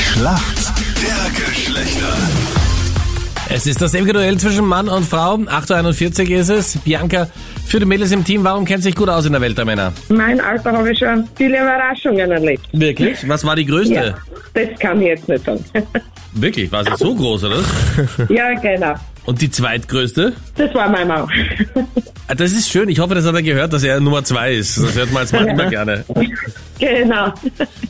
Schlacht der Geschlechter. Es ist das ewige Duell zwischen Mann und Frau. 8.41 Uhr ist es. Bianca, für die Mädels im Team, warum kennt sich gut aus in der Welt der Männer? Mein Alter also habe ich schon viele Überraschungen erlebt. Wirklich? Was war die größte? Ja, das kann ich jetzt nicht sagen. Wirklich? War sie so groß, oder? ja, genau. Und die zweitgrößte? Das war mein Mann. Ah, Das ist schön. Ich hoffe, das hat er gehört, dass er Nummer zwei ist. Das hört man als Mann immer gerne. genau.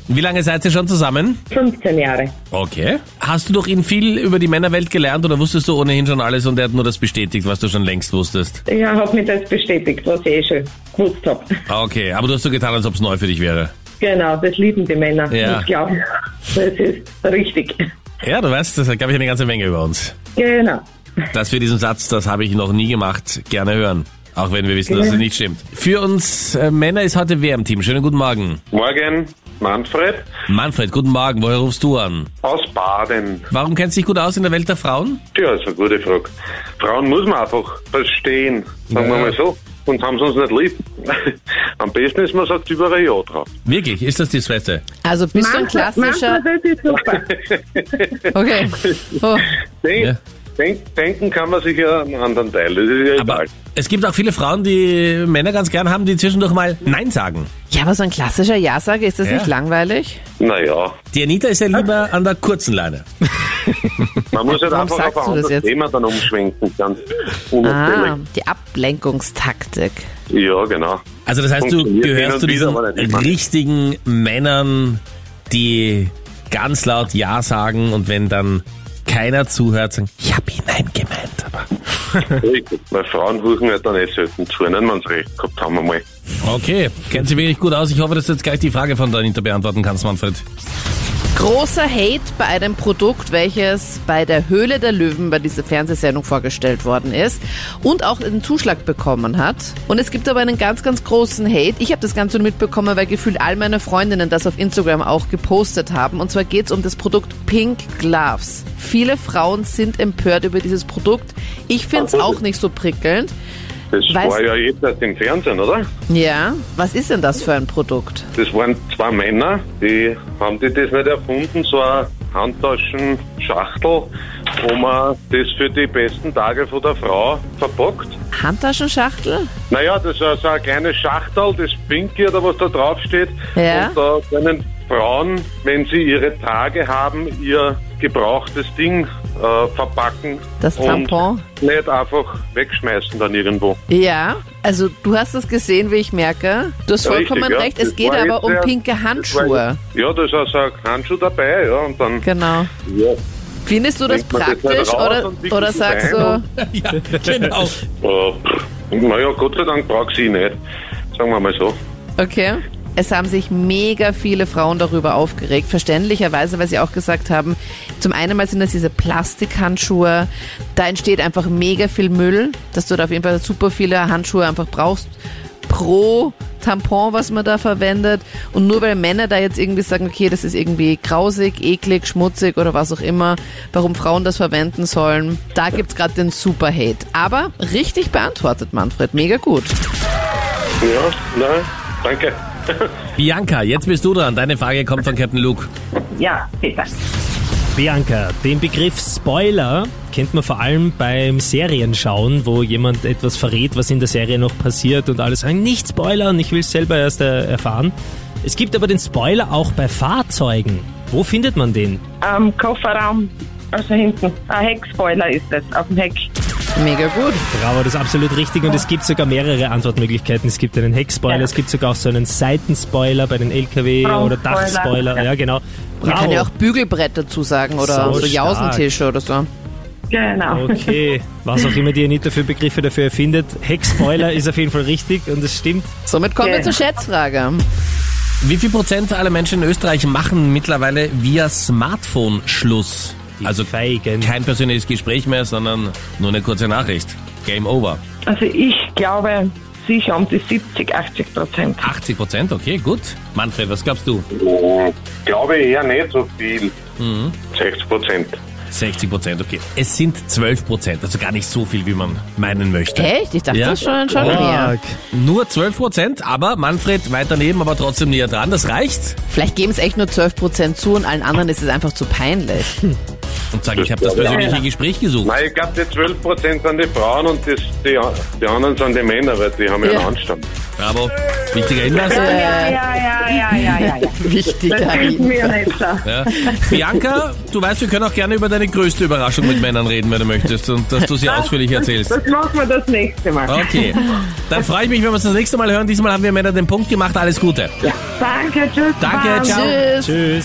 Wie lange seid ihr schon zusammen? 15 Jahre. Okay. Hast du durch ihn viel über die Männerwelt gelernt oder wusstest du ohnehin schon alles und er hat nur das bestätigt, was du schon längst wusstest? Ja, hat mir das bestätigt, was ich eh schon gewusst habe. Ah, Okay, aber du hast so getan, als ob es neu für dich wäre. Genau, das lieben die Männer. Ja. Ich glaube, das ist richtig. Ja, du weißt, das hat, glaube ich, eine ganze Menge über uns. Genau. dass wir diesen Satz, das habe ich noch nie gemacht, gerne hören. Auch wenn wir wissen, dass es nicht stimmt. Für uns äh, Männer ist heute wer im Team? Schönen guten Morgen. Morgen, Manfred Manfred, guten Morgen. Woher rufst du an? aus Baden. Warum kennst du dich gut aus in der Welt der Frauen? Tja, ist eine gute Frage. Frauen muss man einfach verstehen, sagen wir Ja. mal so. Und haben sie uns nicht lieb. Am besten ist, man sagt überall Ja drauf. Wirklich? Ist das die Beste? Also bist du ein klassischer. Manchmal, das ist super. Okay. Oh, Denk, Ja. denk, denken kann man sich ja einen anderen Teil, das ist ja Aber egal. es gibt auch viele Frauen, die Männer ganz gern haben, die zwischendurch mal Nein sagen. ja, aber so ein klassischer Ja-Sage, ist das Ja. nicht langweilig? Naja, Die Anita ist ja lieber an der kurzen Leine. man muss halt Warum einfach auf sagst ein du das anderes jetzt? Thema dann umschwenken, ganz Ah, unauffällig. die Ablenkungstaktik. Ja, genau. Also das heißt, du Funktioniert hin gehörst und zu wieder, diesen aber nicht immer. richtigen Männern, die ganz laut Ja sagen und wenn dann keiner zuhört, sagen, ich habe ihn nein gemeint, aber... Richtig. Weil Frauen huchen halt dann eh selten zu, wenn wir recht gehabt haben einmal. Okay, kennt sie wirklich gut aus. Ich hoffe, dass du jetzt gleich die Frage von Danita beantworten kannst, Manfred. Großer Hate bei einem Produkt, welches bei der Höhle der Löwen bei dieser Fernsehsendung vorgestellt worden ist und auch einen Zuschlag bekommen hat. Und es gibt aber einen ganz, ganz großen Hate. Ich habe das Ganze nur mitbekommen, weil gefühlt all meine Freundinnen das auf Instagram auch gepostet haben. Und zwar geht es um das Produkt Pink Gloves. Viele Frauen sind empört über dieses Produkt. Ich finde es auch nicht so prickelnd. Das Weißt- war ja jetzt erst im Fernsehen, oder? Ja, was ist denn das für ein Produkt? Das waren zwei Männer, die haben die das nicht erfunden, so eine Handtaschenschachtel, wo man das für die besten Tage von der Frau verpackt. Handtaschenschachtel? Naja, das ist so eine kleine Schachtel, das Pinky oder was da drauf steht. Ja. Und da können Frauen, wenn sie ihre Tage haben, ihr gebrauchtes Ding äh, verpacken. Das und Tampon? Nicht einfach wegschmeißen dann irgendwo. Ja, also du hast es gesehen, wie ich merke. Du hast vollkommen Richtig, ja. recht, es Das geht war aber jetzt um der- pinke das war Handschuhe. jetzt- Ja, da ist auch so ein Handschuh dabei, ja, und dann. Genau. Ja. Findest du das Denkt man, das ist praktisch halt raus oder, und wickelt oder es sagst du, ein Ja, genau. Äh, naja, Gott sei Dank brauche ich sie nicht. Sagen wir mal so. okay? Es haben sich mega viele Frauen darüber aufgeregt, verständlicherweise, weil sie auch gesagt haben, zum einen mal sind das diese Plastikhandschuhe, da entsteht einfach mega viel Müll, dass du da auf jeden Fall super viele Handschuhe einfach brauchst pro Tampon, was man da verwendet. Und nur weil Männer da jetzt irgendwie sagen, okay, das ist irgendwie grausig, eklig, schmutzig oder was auch immer, warum Frauen das verwenden sollen, da gibt's gerade den Super-Hate. Aber richtig beantwortet, Manfred, mega gut. Ja, nein, danke. Bianca, jetzt bist du dran. Deine Frage kommt von Captain Luke. ja, bitte. Bianca, den Begriff Spoiler kennt man vor allem beim Serienschauen, wo jemand etwas verrät, was in der Serie noch passiert und alle sagen, nicht spoilern, ich will es selber erst äh, erfahren. Es gibt aber den Spoiler auch bei Fahrzeugen. Wo findet man den? Am Kofferraum, also hinten. Ein Heckspoiler ist das, auf dem Heck. Mega gut. Bravo, das ist absolut richtig und es gibt sogar mehrere Antwortmöglichkeiten. Es gibt einen Heckspoiler, Ja. es gibt sogar auch so einen Seitenspoiler bei den LKW Frontspoiler. oder Dachspoiler. Ja, genau. Man Bravo. kann ja auch Bügelbrett dazu sagen oder So so, stark. Jausentische oder so. Genau. Okay, was auch immer die Anita für Begriffe dafür erfindet. Heckspoiler ist auf jeden Fall richtig und es stimmt. Somit kommen wir Okay. zur Schätzfrage. Wie viel Prozent aller Menschen in Österreich machen mittlerweile via Smartphone Schluss? Also Feigen. kein persönliches Gespräch mehr, sondern nur eine kurze Nachricht. Game over. Also ich glaube, sicher um die 70, 80 Prozent. 80 Prozent, okay, gut. Manfred, was glaubst du? Oh, glaube ich eher nicht so viel. 60 Prozent. 60 Prozent, okay. Es sind 12 Prozent, also gar nicht so viel, wie man meinen möchte. Echt? Ich dachte Ja. schon, schon mehr. Nur 12 Prozent, aber Manfred weit daneben, aber trotzdem näher dran. Das reicht. Vielleicht geben es echt nur 12% zu und allen anderen ist es einfach zu peinlich. Und sagen, ich habe das persönliche Gespräch gesucht. Nein, ich glaube, die 12% sind die Frauen und das, die, die anderen sind die Männer, weil die haben ja, Ja. einen Anstand. Bravo. Wichtiger Hinweis. Ja, ja, ja, ja, ja, ja. ja. Wichtig, Das Harry. finden wir nicht so. Ja. Bianca, du weißt, wir können auch gerne über deine größte Überraschung mit Männern reden, wenn du möchtest und dass du sie ausführlich erzählst. Das machen wir das nächste Mal. Okay, dann freue ich mich, wenn wir uns das nächste Mal hören. Diesmal haben wir Männer den Punkt gemacht. Alles Gute. Danke, tschüss. Danke, Baba. ciao. Tschüss. Tschüss.